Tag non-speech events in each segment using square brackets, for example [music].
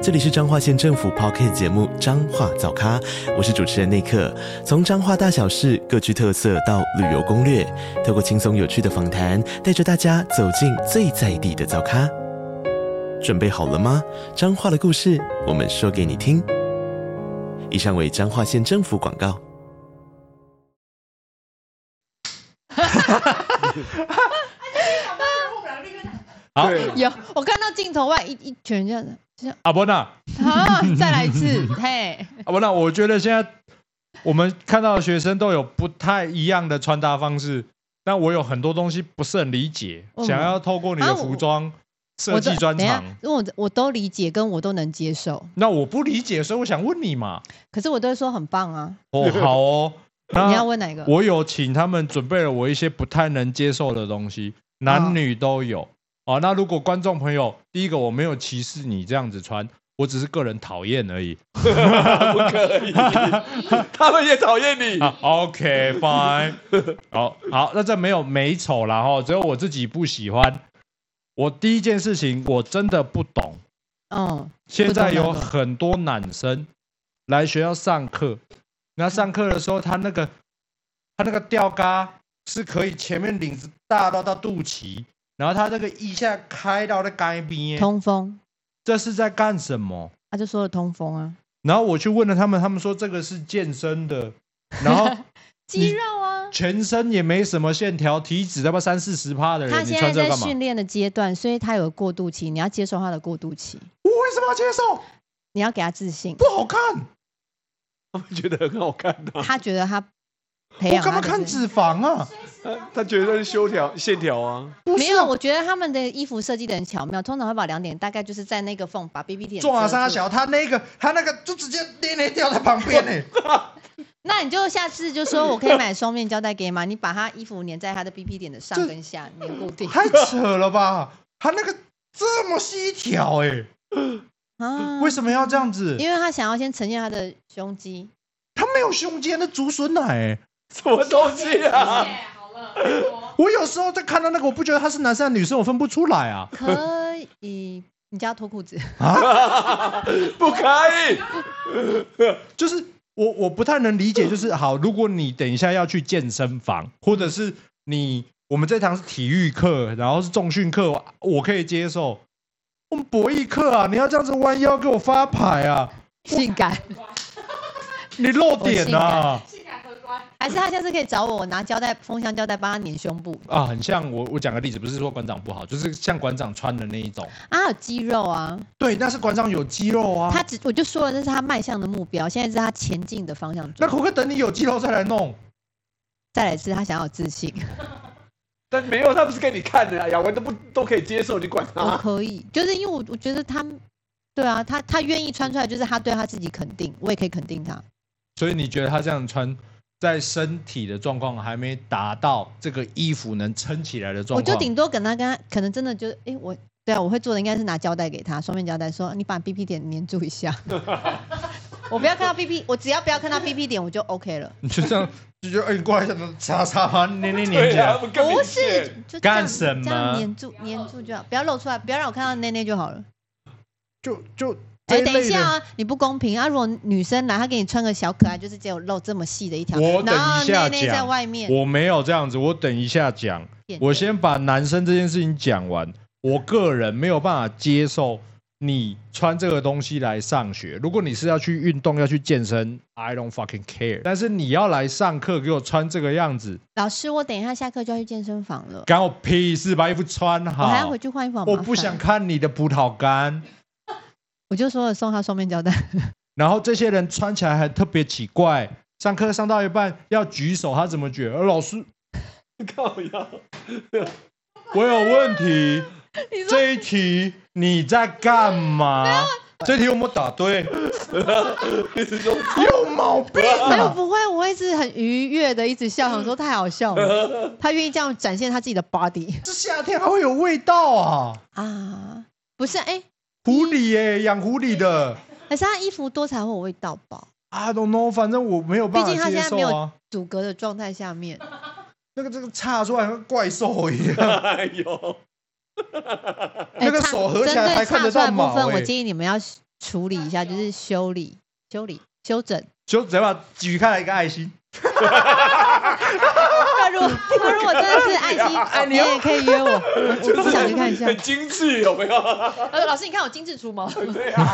这里是彰化县政府 p o c k t 节目《彰化早咖》，我是主持人内克。从彰化大小事各具特色到旅游攻略，透过轻松有趣的访谈，带着大家走进最在地的早咖。准备好了吗？彰化的故事，我们说给你听。以上为彰化县政府广告。 [laughs] 好，有，我看到镜头外一一群人这样子，就阿伯 [laughs] 纳，是 [laughs] 好，再来一次，嘿，阿伯纳，我觉得现在我们看到的学生都有不太一样的穿搭方式，但我有很多东西不是很理解，嗯想要透过你啊的我服装 [laughs] 设啊我这计专等一下长，因为我这我都理解，跟我都能接受，那我不理解，所以我想问你嘛。可是我都会说很棒啊。 [laughs] 哦，好哦，你要那问哪一个？我有请他们准备了我一些不太能接受的东西，男女都有。哦，那如果观众朋友，第一个我没有歧视你这样子穿，我只是个人讨厌而已。 [laughs] 不可 [laughs] 以，他们也讨厌你。啊，OK，fine，好好，那这没有美丑啦哈，只有我自己不喜欢。我第一件事情我真的不懂，嗯，现在有不懂哪个很多男生来学校上课，那上课的时候他那个他那个吊嘎是可以前面领子大到到肚脐，然后他那个一下开到那该边，通风，这是在干什么？他就说了通风啊，然后我去问了他们，他们说这个是健身的，然后。肌肉啊。全身也没什么线条，体脂他妈三四十趴的他人，哎你现穿在这个在干嘛？训练的阶段，所以他有过渡期，你要接受他的过渡期，我为什么要接受？你要给他自信不。好看，他们觉得很好看的、他觉得他培啊我养他干嘛的看自信脂肪啊？ [laughs] 他他觉得是修条线条啊，不是啊没有，我觉得他们的衣服设计的很巧妙，通常会把两点大概就是在那个缝把 B B 点撞啊遮沙住小，他那个他那个就直接捏捏掉在旁边呢、欸那你就下次就说我可以买双面胶带给你嘛，你把他衣服粘在他的 B P 点的上这跟下粘固定太扯了吧？他那个这么细条哎、啊为什么要这样子？因为他想要先呈现他的胸肌，他没有胸肩的竹笋奶哎、什么东西 [laughs] 啊？我有时候在看到那个，我不觉得他是男生还是女生，我分不出来啊可以，你叫他脱裤子， [laughs] 啊！不可以，就是我我不太能理解，就是好，如果你等一下要去健身房，或者是你我们这堂是体育课，然后是重训课，我我可以接受。我们博弈课啊，你要这样子弯腰给我发牌啊，性感，你露点啊还是他下次可以找我，我拿胶带封箱胶带帮他粘胸部啊，很像我我讲个例子，不是说馆长不好，就是像馆长穿的那一种，啊，有肌肉啊，对，那是馆长有肌肉啊。他只我就说了，这是他迈向的目标，现在是他前进的方向。那可不可以等你有肌肉再来弄？再来是他想要有自信，但没有，他不是给你看的啊，雅文都不都可以接受，你管啊我他？可以，就是因为我我觉得他，对啊，他他愿意穿出来，就是他对他自己肯定，我也可以肯定他。所以你觉得他这样穿，在身体的状况还没达到这个衣服能撑起来的状我况，就顶多跟他跟他，可能真的就哎、诶我对啊，我会做的应该是拿胶带给他，双面胶带说你把 BP 点粘住一下， [laughs] 我不要看到 BP，我只要不要看到 BP 点我就 OK 了。 [laughs] 你就这样就觉得哎，你过来一下，擦擦吧，捏捏捏对起啊，来他。们更不明是显，就这样干什么这样粘住粘住就好，不要露出来，不要让我看到内内就好了。就就哎、这一等一类下的。啊，你不公平啊！如果女生来，她给你穿个小可爱，就是只有露这么细的一条，我等然后一下内内在讲外面。我没有这样子，我等一下讲。变我态先把男生这件事情讲完。我个人没有办法接受你穿这个东西来上学。如果你是要去运动、要去健身，I don't fucking care。但是你要来上课给我穿这个样子，老师，我等一下下课就要去健身房了，干我屁事！把衣服穿我还要好回。去换衣服。好我麻不烦想，看你的葡萄干。我就说了送他双面胶带。然后这些人穿起来还特别奇怪，上课上到一半要举手，他怎么举？而老师，靠呀！ [laughs] 我有问题，这一题你在干嘛？这题我们答对，你 [laughs] 是说有毛 [laughs] 病没有啊！不会，我会是很愉悦的，一直笑，想说太好笑 [laughs] 了。他愿意这样展现他自己的 body 这夏天还会有味道啊！啊，不是哎、狐狸耶、养狐狸的可是他衣服多才会有味道吧？ ，I don't know，反正我没有毕办竟法他接现在受没有啊。阻隔的状态下面，那个这个叉出来像怪兽一样，哎呦，哎那个差手合起来还看针对差得到出来毛部分，我哎建议你们要处理一下，就是修理、修理、修整。就只要举开来一个爱心。那如果 [laughs] 那如果真的是爱 [laughs] 心，你哦也可以约我，我不想去看一下。很精致，有没有？呃，老师，你看我精致除毛 [laughs] 啊！ [laughs] 对 [laughs] 啊，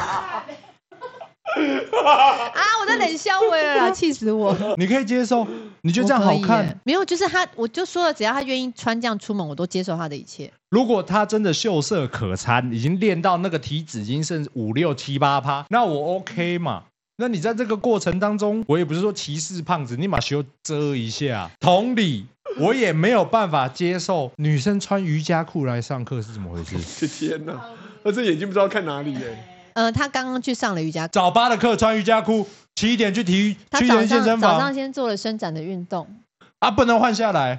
啊我在冷笑话了啦，气死我！你可以接受，你觉得这样好我可以耶看？？没有，就是他，我就说了，只要他愿意穿这样出门，我都接受他的一切。如果他真的秀色可餐，已经练到那个体脂已经剩五六七八趴，那我 OK 嘛？那你在这个过程当中，我也不是说歧视胖子，你把修遮一下。同理，我也没有办法接受女生穿瑜伽裤来上课是怎么回事？天哪，我这眼睛不知道看哪里耶。呃，他刚刚去上了瑜伽课，早八的课穿瑜伽裤，七点去体育，他去早健上身早上房先做了伸展的运动，啊，不能换下来。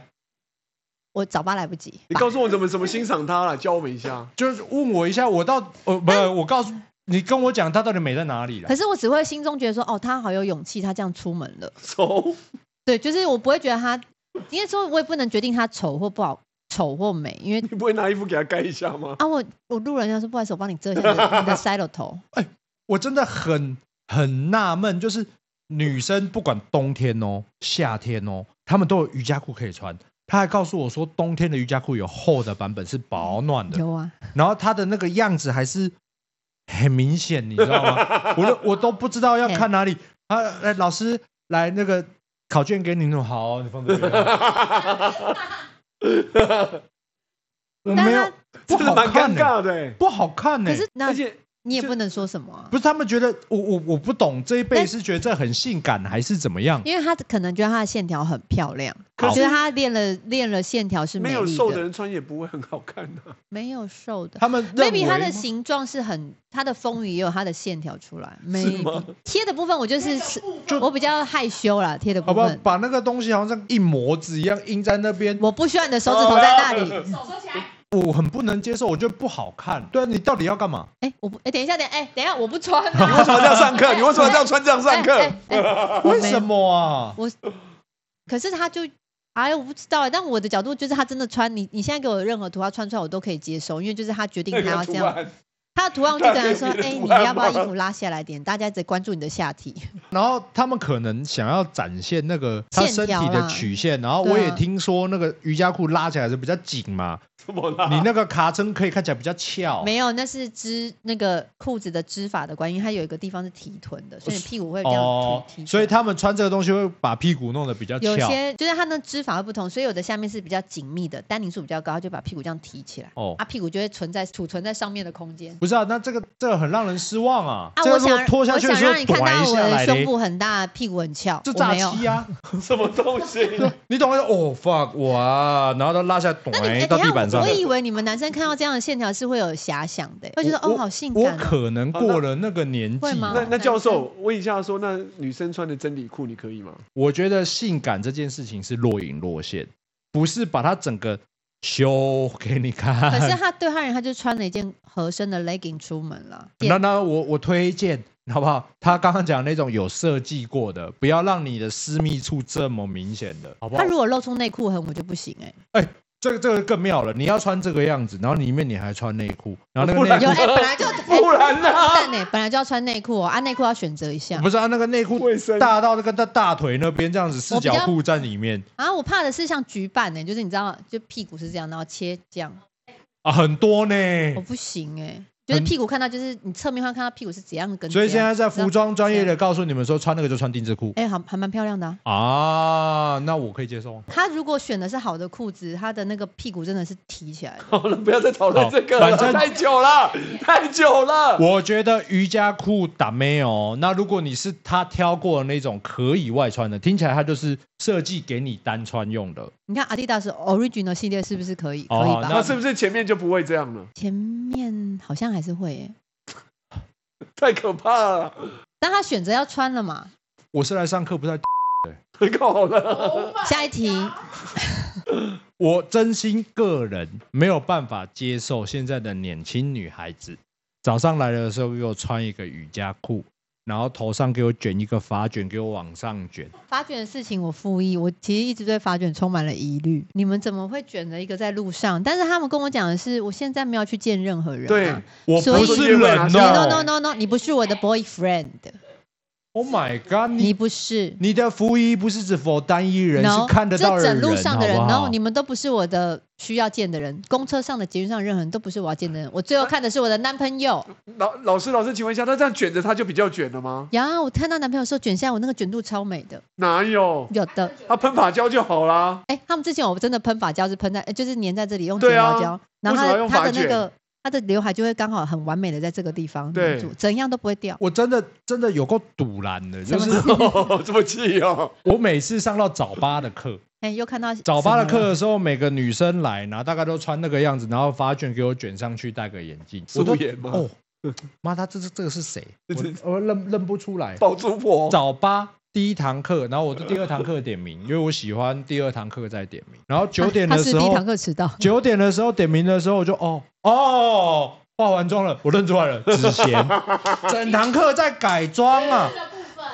我早八来不及。你告诉我怎么怎么欣赏他了，教我们一下。就是问我一下，我到呃不，哎我告诉你跟我讲他到底美在哪里了啊可。是我只会心中觉得说，哦，他好有勇气，他这样出门 [laughs] 了。走，对，就是我不会觉得他，因为说我也不能决定他丑或不好，丑或美，因为你不会拿衣服给他盖一下吗？ [laughs] 啊，我我路人要说不好意思，我帮你遮一下你的 [laughs] [laughs] 你的腮了头。我真的很很纳闷，就是女生不管冬天哦、夏天哦，她们都有瑜伽裤可以穿。她还告诉我说，冬天的瑜伽裤有厚的版本是保暖的，有啊，然后她的那个样子还是很明显，你知道 [laughs] 吗？我都我都不知道要看哪里。啊，哎，老师来那个考卷给你弄好，你放 [laughs] 这边。我没有，不真的好蛮看尴呢、尬的耶。不好看呢、可是那而且你也不能说什么啊不，是他们觉得我我我不懂这一辈但是觉得这很性感还是怎么样？因为他可能觉得他的线条很漂亮，可觉是得他练了练了线条是没美有丽瘦的人穿也不会很好看的。没有瘦的。他们认为 maybe 它的形状是很，它的丰腴也有它的线条出来。maybe 贴的部分我就是是，我比较害羞啦，贴的好部不好？分，把那个东西好像像一模子一样印在那边，我不需要你的手指 [laughs] 头在那里。我很不能接受，我觉得不好看。对啊，你到底要 [laughs] 干嘛？哎，我不，哎，等一下，等一下，哎，等一下，我不穿你为啊。什么这样上课？ [laughs] 你为什么这样穿这样上课？哎哎哎 [laughs] 为什么啊？我，可是他就，哎，我不知道欸。但我的角度就是，他真的穿你，你现在给我任何图，他穿出来我都可以接受，因为就是他决定那他要个这图啊 [laughs] 样。案，他的图案 [laughs] 我就跟他说，那个哎、有你图案吗要不要衣服拉下来点？大家只关注你的下体。然后他们可能想要展现那个他身体线条啊的啦曲线，然后我对也啊听说那个瑜伽裤拉起来是比较紧嘛，怎么啦？你那个卡针可以看起来比较翘。没有，那是织那个裤子的织法的关系，因为它有一个地方是提臀的，所以你屁股会这样哦提。提起来所以他们穿这个东西会把屁股弄得比较有翘。些就是它的织法会不同，所以有的下面是比较紧密的，单宁数比较高，它就把屁股这样提起来，哦啊，屁股就会存在储存在上面的空间。不是啊，那这个这个很让人失望啊！啊，这我个如果想脱下我去的想时候让你看短到一我下的来胸嘞，部很大，屁股很翘，就我炸没有。鸡啊！ [laughs] 什么东西？ [laughs] 你懂吗？哦 fuck，哇！然后他拉下来，那你哎咚到等一地下，板上我。以为你们男生看到这样的线条是会有遐想的，会觉得我哦，好性我感哦。可能过了那个年纪会，吗那那教授问一下说，那女生穿的真理裤你可 [laughs] 以吗？我觉得性感这件事情是若隐若现，不是把它整个修给你看。可是他对他人，他就穿了一件合身的 legging 出门了。那那我我推荐好不好？他刚刚讲那种有设计过的，不要让你的私密处这么明显的，好不好他？如果露出内裤痕，我就不行 [laughs] 哎、这个这个更妙了，你要穿这个样子，然后里面你还穿内裤，然后那不个然内有裤哎、本来就哎不然呢？蛋哎、本来就要穿内裤、哦、啊，内裤要选择一下不是啊，那个内裤卫生大到那个大大腿那边这样子，四我比较角裤在里面啊。我怕的是像菊瓣哎、就是你知道，就屁股是这样，然后切这样，啊，很多呢。我不行哎、就是屁股看到，就是你侧面看看到屁股是怎样的跟这所样。以现在在你知道服装专业的告诉你们说，穿那个就穿定制裤哎、还还蛮漂亮的、啊。啊，那我可以接受。他如果选的是好的裤子，他的那个屁股真的是提起来的。哦好了，不要再讨论好这个了，反正太久了，太久了。我觉得瑜伽裤打没有，那如果你是他挑过的那种可以外穿的，听起来他就是设计给你单穿用的。你看 Adidas Original 系列是不是可以？哦可以那那吧？是不是前面就不会这样了？前面好像还是会、欸，太可怕了，但他选择要穿了嘛。我是来上课，不是来。很 [laughs] 好了。下一题，我真心个人没有办法接受现在的年轻女孩子，早上来的时候给我穿一个瑜伽裤，然后头上给我卷一个发卷，给我往上卷。发卷的事情我复议，我其实一直对发卷充满了疑虑。你们怎么会卷了一个在路上？但是他们跟我讲的是，我现在没有去见任何人、对啊。我所以不是人哦 No no no no，你不是我的 boyfriend， ！Oh my god！你你不是。你的服仪不是只否单一人，然后是看得到的这整路上的人，好不然好后你们都不是我的需要见的人，公车上的、捷运上的任何人都不是我要见的人。我最后看的是我的男朋友老老师，老师，请问一下，那这样卷着他就比较卷了吗？呀！我看到男朋友的时候卷下来，我那个卷度超美的，哪有？有的。他喷发胶就好啦。哎、他们之前我真的喷发胶是喷在，呃就是粘在这里用睫对啊毛胶，然后为什它么要用它发的那卷个它的刘海就会刚好很完美的在这个地方粘对住，怎样都不会掉。我真的真的有够堵拦的，什就么是哦，这么气哦！ [laughs] 我每次上到早八的课，哎、又看到早八的什么课了，的时候，每个女生来，然后大概都穿那个样子，然后发卷给我卷上去，戴个眼镜，素我都颜吗哦，妈，他这是这个是 [laughs] 谁？我我认认不出来。包租婆，早八第一堂课，然后我的第二堂课点名，因为我喜欢第二堂课再点名。然后九点他的啊他是时第一候堂，课迟到，九点的时候点名的时候，我就哦哦，化完妆了，我认出来了，[laughs] 子贤，整堂课在改装啊。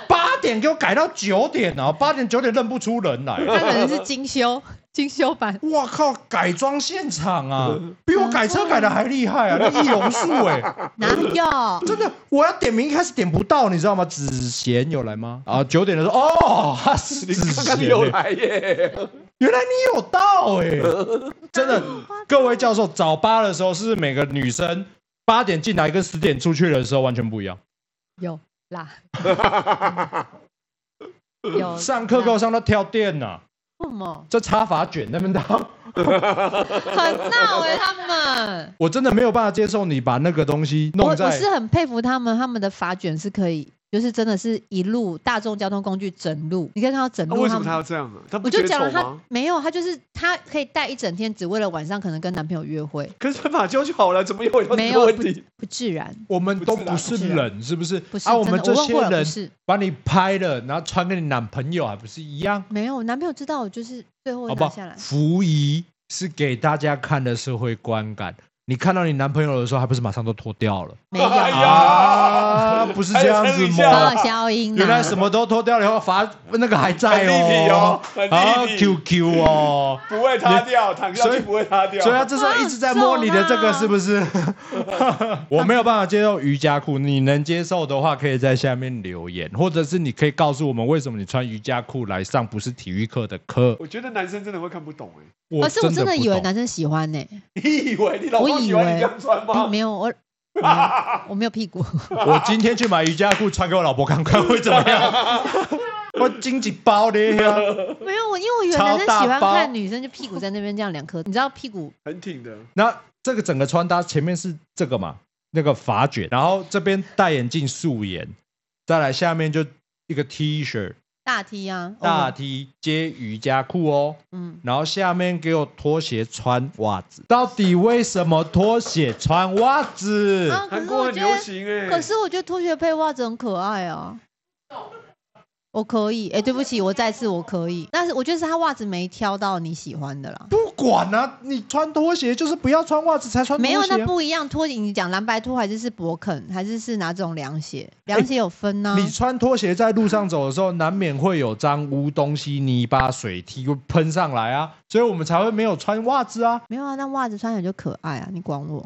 八点给我改到九点啊！八点九点认不出人来，他可能是精修精修版。哇靠！改装现场 [laughs] 啊，比我改车改的还厉害啊！ [laughs] 那易容术哎，哪有？真的，我要点名一开始点不到，你知道吗？子贤有来吗？啊，九点的时候， [laughs] 哦，他是你子刚刚贤欸有来耶？原来你有到哎、 [laughs] 真的，各位教授，早八的时候是不是每个女生八点进来跟十点出去的时候完全不一样？有 [laughs] 啦，有上课给我够上到跳电呐、什么？这插发卷那边当，很闹哎、他们。 [laughs] 我真的没有办法接受你把那个东西我 [laughs] 弄在我是很佩服他们，他们的发卷是可以，就是真的是一路大众交通工具整路，你可以看到整那啊路为他什们么他要这样呢？啊他我不就觉得讲了丑他吗？没有，他就是他可以带一整天，只为了晚上可能跟男朋友约 [laughs] 会，可是喷发胶就好了，怎么又有没这有个问不题？不自然，我们都不是人，是不是？啊，我们真的我问这些过了不人是把你拍了，然后传给你男朋友，还不是一样？没有。我男朋友知道我就是最后好会不拿好 [laughs] 下？来，服仪是给大家看的社会观感。你看到你男朋友的时候，还不是马上都脱掉了？没有哎呀 [laughs] 啊，不是这样子还有帮撑吗我？消音原来啊。什么都脱掉了以后，罚那个还在很立体哦哦，很啊立体，QQ 哦，不会塌掉，躺下所以去不会塌掉。所以啊他这时候一直在摸你的这个，是不是？ [laughs] 我没有办法接受瑜伽裤，你能接受的话，可以在下面留言，或者是你可以告诉我们为什么你穿瑜伽裤来上不是体育课的课。我觉得男生真的会看不懂哎、我可哦是我真的不以为懂男生喜欢呢、欸，你以为你老我公以喜欢为你这样穿哎吗？没有 [laughs] 我没有我没有屁股，我今天去买瑜伽裤穿给我老婆看看会怎么 [laughs] 样？我经济包的呀，没有我，因为我以为男生超大喜欢包看女生就屁股在那边这样两颗，你知道屁股很挺的，那这个整个穿搭前面是这个嘛，那个发卷，然后这边戴眼镜素颜，再来下面就一个 T 恤大 T 啊，大哦 T 接瑜伽裤哦。嗯，然后下面给我拖鞋穿袜子，到底为什么拖鞋穿袜子？啊，可韩是国我很觉流得行嗯哎、可是我觉得拖鞋配袜子很可爱啊。我可以，哎、对不起，我再次我可以，但是我觉得是他袜子没挑到你喜欢的啦。不管啊，你穿拖鞋就是不要穿袜子才穿拖没鞋、有啊，，那不一样。拖鞋你讲蓝白拖还是是勃肯，还是是哪种凉鞋？凉鞋有分啊呢、你穿拖鞋在路上走的时候，难免会有脏污、东西、泥巴、水滴会喷上来啊，所以我们才会没有穿袜子啊。没有啊，那袜子穿起来就可爱啊！你管我？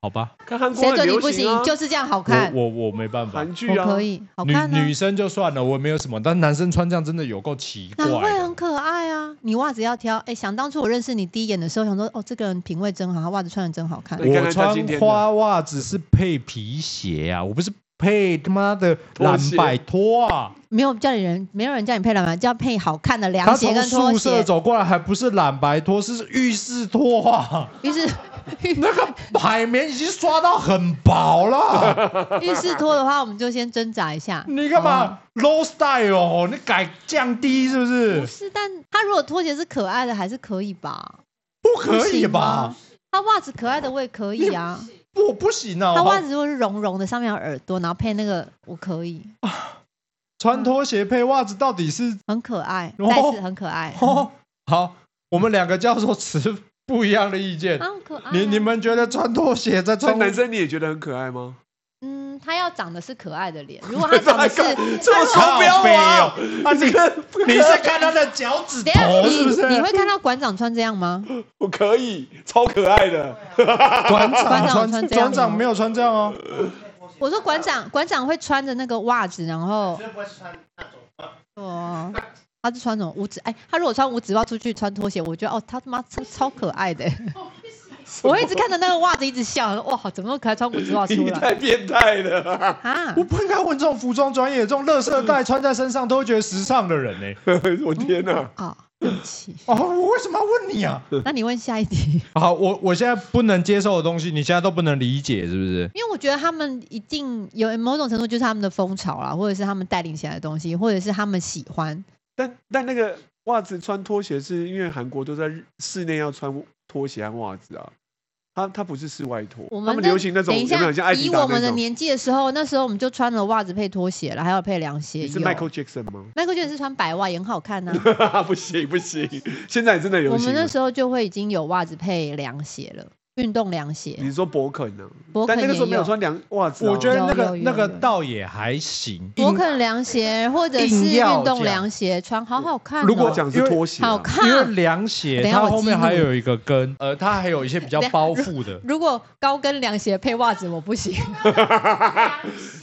好吧，看韩国谁很准你流不行行？啊，就是这样好看。我我我没办法。韩剧啊，我可以，好女看啊女，生就算了，我也没有什么，但男生穿这样真的有够奇怪哪会的很。可爱啊？你袜子要挑。哎、想当初我认识你第一眼的时候，想说哦，这个人品味真好，他袜子穿的真好看。你看看我他今穿天的花袜子是配皮鞋啊，我不是配他妈的蓝白拖啊。没有叫你人，没有人叫你配蓝白，叫配好看的凉他鞋从跟拖宿舍鞋。走过来还不是蓝白拖，是浴室拖 [laughs] 啊，于是， [laughs] 那个海绵已经刷到很薄了。浴室拖的话，我们就先挣扎一下。你干好不好嘛 low style？哦你改降低是不啊不是？是，但他如果拖鞋是可爱的，还是可以吧？不可以不行吧吗？他袜子可爱的我也可以啊，不，我不行啊！ [laughs] 他我好袜子如果是绒绒的，上面有耳朵，然后配那个我可以，穿拖鞋配袜子到底是 [laughs] 很可爱，哦袋子很可爱，哦，好，我们两个教授持不一样的意见。啊很可爱啊。你你们觉得穿拖鞋在所以穿男生你也觉得很可爱吗？嗯，他要长得是可爱的脸，如 [laughs] 果他长得这是。这么超标靠背啊！哦啊这个不你是看他的脚趾等一下头是不你是？ [laughs] 你会看到馆长穿这样吗？我可以，超可爱的。馆馆长长穿穿这样馆吗长没有穿这样哦，我说馆长，馆长会穿着那个袜子，然后绝对不会是穿那种。哦，他是穿那种五指哎，他如果穿五指袜出去穿拖鞋，我觉得哦，他他妈超超可爱 [laughs] 的。 [laughs] 我会一直看着那个袜子一直笑，哇，怎么那么可爱穿五指袜出你来太变态了， [laughs] 啊我？不应该问这种服装专业、这种乐色带穿在身上都会觉得时尚的人呢、我天哪！啊、对不起，哦，我为什么要问你啊？那你问下一题，好，我我现在不能接受的东西，你现在都不能理解，是不是？因为我觉得他们一定有某种程度就是他们的风潮啦，或者是他们带领起来的东西，或者是他们喜欢。但但那个袜子穿拖鞋是因为韩国都在日室内要穿拖鞋和袜子啊，他他不是室外脱，我他们们那流行那种等有一没有像下，艾以迪达我们的那种？年纪的时候，那时候我们就穿了袜子配拖鞋了，还有配凉鞋。你是有 Michael Jackson 吗？ [laughs] Michael Jackson 是穿白袜也很好看呐、啊不行不行，现在真的 [laughs] 流我行啊们了那。时候就会已经有袜子配凉鞋了，运动凉你鞋。说勃肯呢？勃嗯但肯那个也时候没有穿凉袜子啊。我觉得那有个有有那个有倒也还行。勃肯凉鞋或者是硬运要动讲凉鞋穿，好好看、哦。如果我啊讲是拖鞋啊，好因为看，凉鞋等一下它我后面激怒还有一个跟，呃，它还有一些比较包覆的。如果高跟凉鞋配袜子我不行。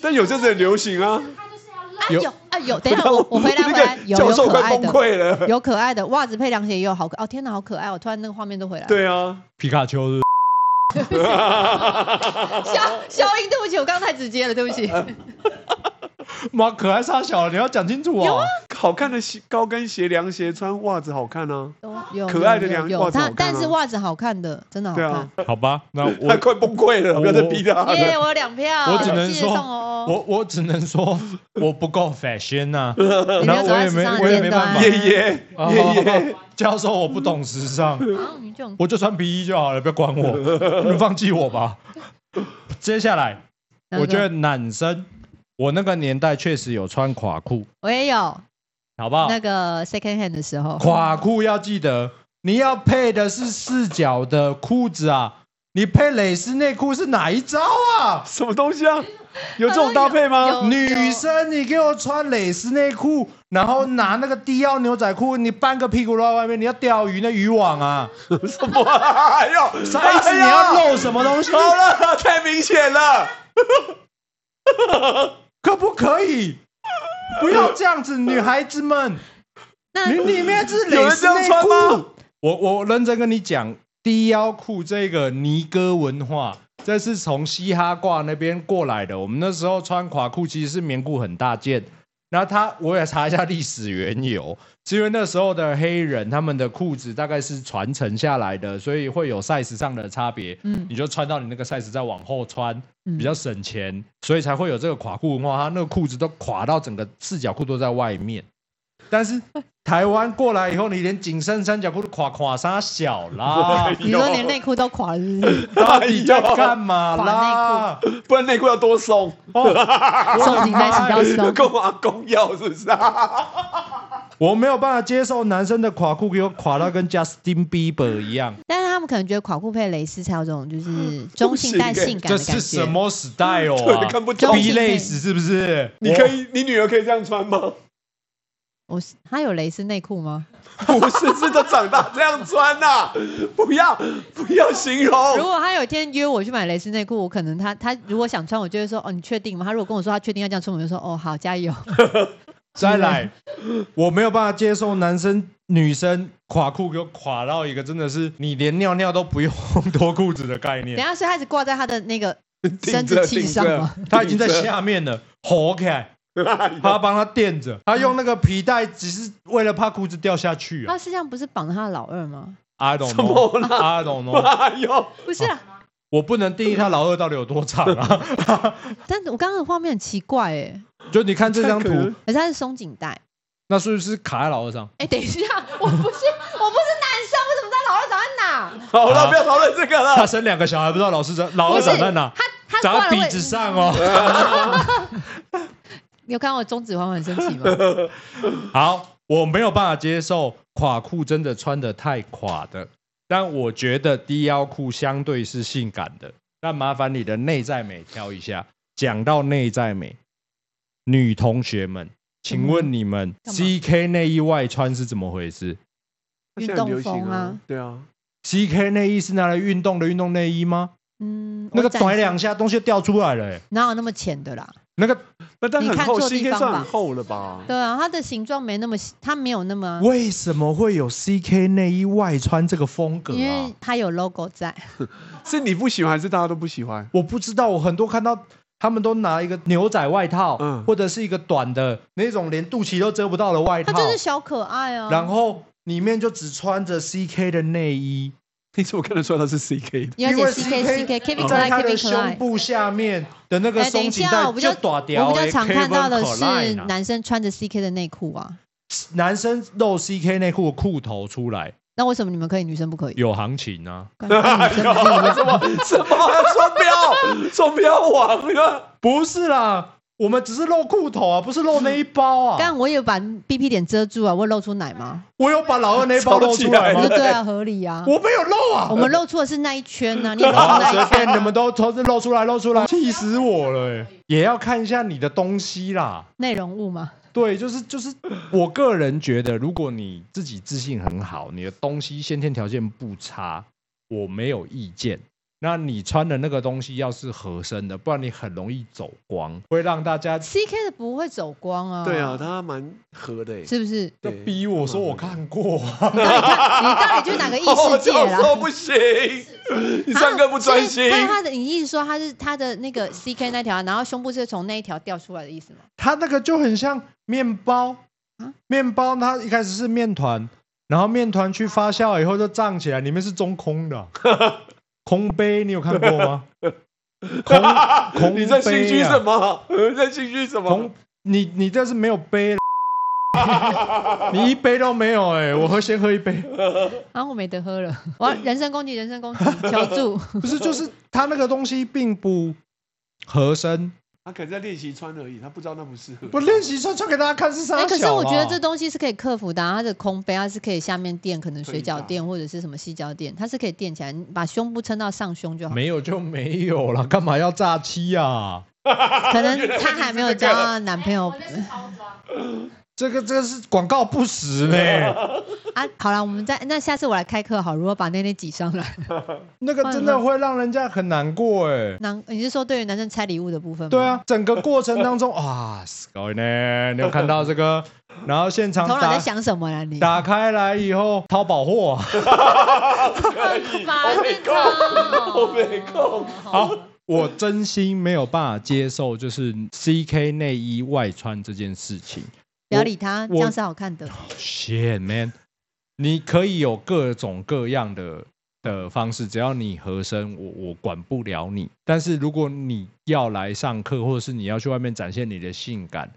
但有阵子很流行啊。啊有有啊有，等一下我我回来回那来，个有教有授可快爱崩的，[laughs] 溃了。有可爱的袜子配凉鞋也有好可哦，天哪，好可爱！哦！突然那个画面都回来了。对啊，皮卡丘是消消音，对不起，我刚刚太直接了，对不起。呃不是妈可爱傻小，你要讲清楚有啊哦。 [laughs] 好看的鞋、高跟鞋、凉鞋，穿袜子好看啊。有可爱的有凉有袜子好它看啊但是袜子好看的，真的好对看。啊，好吧，那他我 [laughs] 快崩溃了，不要再逼他耶、了。我有两票，我只能记得说送哦我我只能说 [laughs] 我不够 fashion 啊呐、 [laughs] [laughs] 你然没有后走我也在没时尚我的也没尖办端法。爷爷哦爷爷， [laughs] 教授，我不懂时尚，啊，你这种我就穿皮衣就好了，不要管 [laughs] 我，你们放弃我吧。接下来，哪我个觉得男生，我那个年代确实有穿垮裤，我也有好不好？那个 second hand 的时候，垮裤要记得，你要配的是四角的裤子啊。你配蕾丝内裤是哪一招啊？什么东西啊？ [laughs] 呃有这种搭配吗？有女生，你给我穿蕾丝内裤，然后拿那个低腰牛仔裤，你半个屁股露在外面，你要钓鱼那渔网啊？什么啊？哎呦，啥意思？哎你呦要露什么东西？哎好了， [laughs] 太明显了。可不可以？不要这样子，女孩 [laughs] 子们，那你里面是有蕾人丝这样内穿吗，裤。？我我认真跟你讲，低腰裤这个尼哥文化，这是从嘻哈挂那边过来的。我们那时候穿垮裤其实是棉裤很大件，然后他我也查一下历史缘由，是因为那时候的黑人他们的裤子大概是传承下来的，所以会有 size 上的差别。嗯你就穿到你那个 size 再往后穿，嗯比较省钱，所以才会有这个垮裤文化。它那个裤子都垮到整个四角裤都在外面。但是台湾过来以后，你连紧身三角裤都垮垮啥小啦你说连内裤都垮 [laughs] 了是不是，到底在哎干嘛啦垮？不然内裤要多松，哦 [laughs] 收紧在洗到手，跟我阿公要是不 [laughs] 是啊？我没有办法接受男生的垮裤给我垮到跟 Justin Bieber 一样，但是他们可能觉得垮裤配蕾丝才有这种就是中性带性感嗯这的感是什觉。么时代哦、对，看不中懂性。 B 类死是不是？你可以，你女儿可以这样穿吗？我是他有蕾丝内裤吗？不是，是她长大这样穿呐、 [laughs] 不要不要形如容。果他有一天约我去买蕾丝内裤，我可能他他如果想穿，我就会说哦，你确定吗？他如果跟我说他确定要这样出门，我就说哦好，加油。再来，我没有办法接受男生女生垮裤给我垮到一个真的是你连尿尿都不用脱裤子的概等一念，下，所以他一直挂在他的那个着生殖器上顶着吗？他已经在下面了，吼起 [laughs] 来，他要帮他垫着，他用那个皮带只是为了怕裤子掉下去啊他实际上不是绑他的老二吗？ ！I don't 什么 know, 啦？ I don't know，哎呦，不是啊，我不能定义他老二到底有多长啊！但我刚刚的画面很奇怪哎，就你看这张太可图能，可是他是松紧带。那是不是卡在老二上？哎，等一下，我不是我不是男生，我怎么知道老二长在哪？好了，啊不要讨论这个他了。生两个小孩，不知道老师长老不二是长在哪，他他长挂在了鼻会子上哦。 [laughs] 你有看到我中指环很生气吗？ [laughs] 好，我没有办法接受垮裤真的穿的太垮的，但我觉得低腰裤相对是性感的。但麻烦你的内在美挑一下。讲到内在美，女同学们，请问你们嗯干嘛 CK 内衣外穿是怎么回事现在很流运动行风啊，对啊， ？CK 内衣是拿来运动的运动内衣吗？嗯，那个我暂时甩两下，东西就掉出来了、欸。哪有那么浅的啦？那个那但你很看厚错地，CK 方算吧很厚了吧？对啊，它的形状没那么细，它没有那么，为什么会有 CK 内衣外穿这个风格因啊为？它有 logo 在。是你不喜欢，还是大家都不喜欢？我不知道，我很多看到他们都拿一个牛仔外套，嗯或者是一个短的那种连肚脐都遮不到的外它套，就是小可爱啊。然后里面就只穿着 CK 的内衣，你怎么看得出来他 [laughs] 是 CK 的？你要因为呃写 C K C K K B 可在爱他 K 的 B 可胸爱。部下面的那个哎，等松一紧下，带我比较就打掉。我比较常看到的 Kevin 是 Klein 啊男生穿着 C K 的内裤啊。男生露 CK 内裤的裤头出来，那为什么你们可以，女生不可以？有行情啊。干嘛女生 [laughs] 哎不一样 [laughs] 什么双 [laughs] 标？双标王啊！不是啦，我们只是露裤头啊，不是嗯露那一包啊。但我有把 B P 点遮住啊，我有露出奶吗？我有把老二那一包露出来哎我吗说？对啊，合理啊。我没有露啊。我们露出的是那一圈啊呐，嗯你也露 [laughs] 好出随那一圈便，你们都都是露出来，露出来，气死我了、欸！也要看一下你的东西啦。内容物嘛。对，就是就是，我个人觉得，如果你自己自信很好，你的东西先天条件不差，我没有意见。那你穿的那个东西要是合身的，不然你很容易走光，会让大家 C K 的不会走光啊。对啊，，他蛮合的欸。是不是？就对逼我说我看过、啊。你到底看，你到底就是哪个异世界 [laughs] 啦？哦啊说不行，你上课不专心。他他的，你意思说他是他的那个 C K 那条，啊然后胸部是从那一条掉出来的意思吗？它那个就很像面包啊，面包它一开始是面团，然后面团去发酵以后就胀起来，里面是中 [laughs] 空的，空杯你有看过吗？空空杯、啊，你在心虚什么？你在心虚什么空？，你你这是没有 [laughs] 杯，你一杯都没有哎、我喝先喝一杯，然后我没得喝了，我要人身攻击，人身攻击，求助。不是就是它那个东西并不合 [laughs] 身，他可能在练习穿而已，他不知道那不适合。我练习穿穿给大家看是啥、哎、小啊可是我觉得啦这东西是可以克服的、啊，它的空杯它是可以下面垫，可能水饺垫或者是什么细胶垫，它是可以垫起来，你把胸部撑到上胸就好。没有就没有了，干嘛要炸欺啊？可能她还没有交到男朋 [laughs] 友这个这个是广告不实呢、 [laughs] 啊。好了，我们再那下次我来开课好，如何把内内挤上来？ [laughs] 那个真的会让人家很难过哎、男，你是说对于男生拆礼物的部分吗？对啊，，整个过程当中 [laughs] 啊，死狗呢，你有看到这个？ [laughs] 然后现场头脑在打想什么啦你？[laughs] 打开来以后， [laughs] 淘宝货、烦啊！我没空。好，我真心没有办法接受，就是 CK 内衣外穿这件事情。不要理他，这我样是好看的。 Shit man，你可以有各种各样的的方式，只要你合身，我我管不了你。但是如果你要来上课，或者是你要去外面展现你的性感，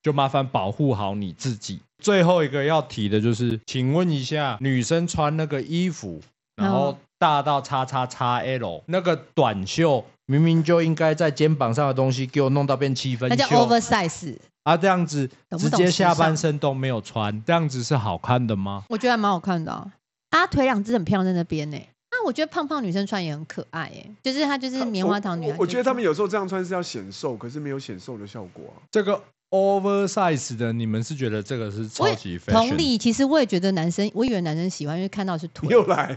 就麻烦保护好你自己。最后一个要提的就是，请问一下，女生穿那个衣服，然后嗯大到叉叉叉 L 那个短袖，明明就应该在肩膀上的东西，给我弄到变七分那袖，叫 oversize，啊，这样子懂直不懂接时下半尚身都没有穿，这样子是好看的吗？我觉得还蛮好看的啊。啊，腿两只很漂亮在那边呢。啊，我觉得胖胖女生穿也很可爱哎，就是她就是棉花糖女我孩。我觉得他们有时候这样穿是要显瘦，可是没有显瘦的效果啊。这个 oversize 的，你们是觉得这个是超级 fashion？同理，其实我也觉得男生，我以为男生喜欢，因为看到是腿。又来，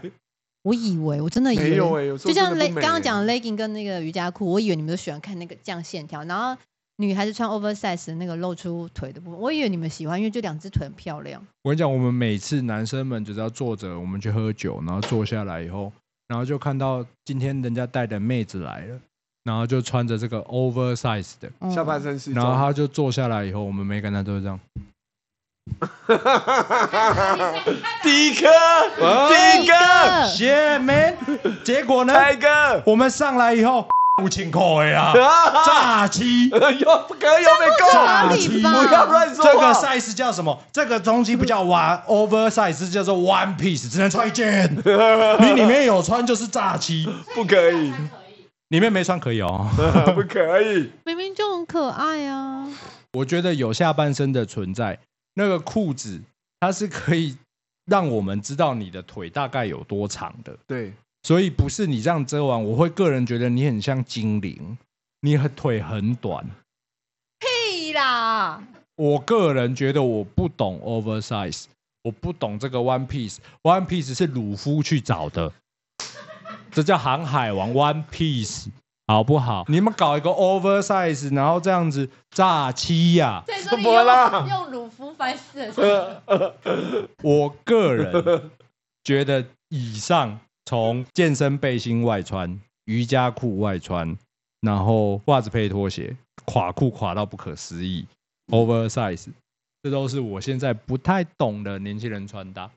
我以为我真的以为没有哎有时候就像真的 le 不美欸刚刚讲的 legging 跟那个瑜伽裤，我以为你们都喜欢看那个这样线条，然后女孩子穿 oversize 的那个露出腿的部分，我以为你们喜欢，因为就两只腿很漂亮。我跟你讲，我们每次男生们就是要坐着，我们去喝酒，然后坐下来以后，然后就看到今天人家带的妹子来了，然后就穿着这个 oversize 的，嗯下半身是。然后他就坐下来以后，我们没跟他都是这样，第一颗，第一第一个，个姐妹，结果呢，开个，，我们上来以后， [laughs] 五千块啊啊！炸鸡。又不可以，又没够，合理吧？啊不要乱说这个话。 size 叫什么？这个东西不叫 one oversize，叫做 one piece，只能穿 [laughs] 一件。你里面有穿就是炸鸡，不可以，里面没穿可以哦。不可以。明明就很可爱啊！我觉得有下半身的存在，那个裤子它是可以让我们知道你的腿大概有多长的，对，所以不是你这样遮完，我会个人觉得你很像精灵，你很腿很短。屁 [laughs] 啦！我个人觉得我不懂 oversize，我不懂这个 One Piece，One Piece 是鲁夫去找的，这叫航海王 One Piece，好不好？你们搞一个 oversize，然后这样子炸欺呀、再说怎你么啦用用鲁夫凡事的呃呃呃我个人觉得，以上从健身背心外穿、瑜伽裤外穿，然后袜子配拖鞋，垮裤垮到不可思议，oversize，这都是我现在不太懂的年轻人穿搭，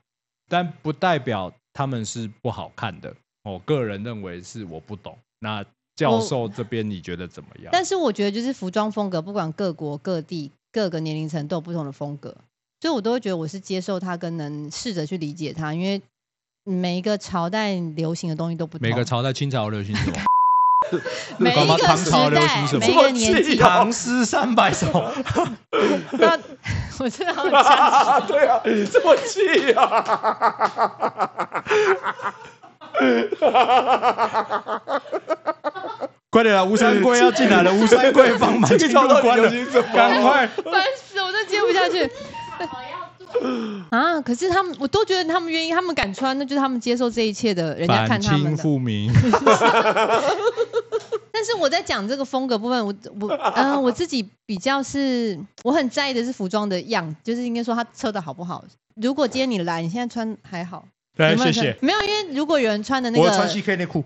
但不代表他们是不好看的。我个人认为是我不懂。那教授这边你觉得怎么样？但是我觉得就是服装风格，不管各国各地各个年龄层都有不同的风格，所以我都会觉得我是接受它，跟能试着去理解它，因为每一个朝代流行的东西都不同，每个朝代清朝流行什么？每一干嘛个唐时朝流行代什么每一个年纪，唐诗三百首。那 [laughs] 我知道我讲什么对啊，这么气啊！快点啊！吴三桂要进来了，吴三桂放马进入关了，赶快！烦死 [laughs] 我，真的接不下 [laughs] 去。啊！可是他们，我都觉得他们愿意，他们敢穿，那就是他们接受这一切的，人家看他们清的。复明，但是我在讲这个风格部分，我我嗯、 [laughs] 我自己比较是我很在意的是服装的样，就是应该说它车的好不好。如果今天你来，你现在穿还好，来有没哎谢有谢穿。没有，因为如果有人穿的那我个，穿 CK 内裤，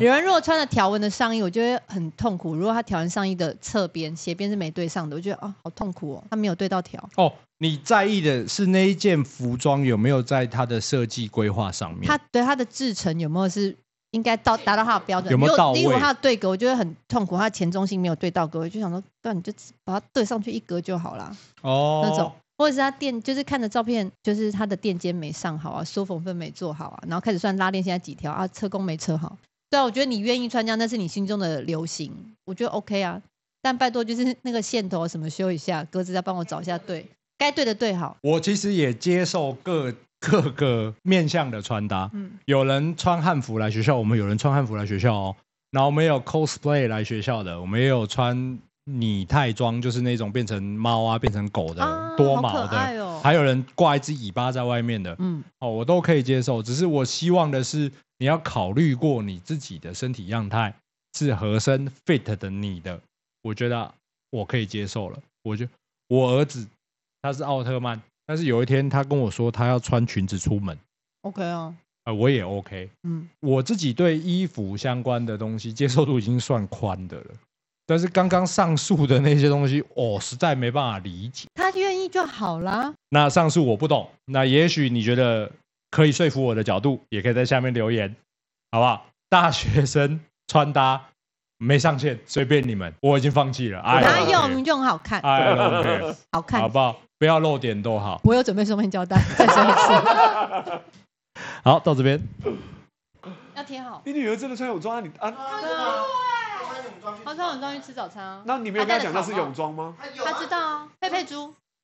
有人如果穿了条纹的上衣，我就会很痛苦。如果他条纹上衣的侧边斜边是没对上的，我觉得啊、好痛苦哦，他没有对到条，哦，你在意的是那一件服装有没有在它的设计规划上面？他对他的制成有没有是应该到达到他的标准？有没有到如果位他的对格，我就会很痛苦，他的前中心没有对到格，我就想说，对，你就把它对上去一格就好啦。哦，那种，或者是他垫，就是看着照片，就是他的垫肩没上好啊，收缝分没做好啊，然后开始算拉链现在几条啊，车工没车好。对啊，我觉得你愿意穿这样，那是你心中的流行，我觉得 OK 啊。但拜托，就是那个线头什么修一下，格子再帮我找一下对，该对的对好。我其实也接受各各个面向的穿搭，嗯，有人穿汉服来学校，我们有人穿汉服来学校哦。然后我们也有 cosplay 来学校的，我们也有穿拟态装，就是那种变成猫啊、变成狗的、啊多毛好可爱的，哦还有人挂一只尾巴在外面的，嗯，哦，我都可以接受。只是我希望的是，你要考虑过你自己的身体样态是合身 fit 的你的，我觉得啊我可以接受了。我就我儿子他是奥特曼，但是有一天他跟我说他要穿裙子出门， ，OK 哦，呃，我也 OK。嗯，我自己对衣服相关的东西接受度已经算宽的了，但是刚刚上述的那些东西， [laughs] 我、实在没办法理解。他愿意就好啦。那上述我不懂，那也许你觉得可以说服我的角度，也可以在下面留言，好不好？大学生穿搭没上限，随便你们，我已经放弃了。哎哪对有明明就很好看，哎，OK，好 [laughs] 好看。不好？不要露点都好。我有准备双面胶带，再说一 [laughs] 次，好，到这边，要贴好。你女儿真的穿泳装啊？你啊，对啊，他穿泳装去吃早餐啊。那你没有跟她讲那是泳装吗？他知道啊，佩佩猪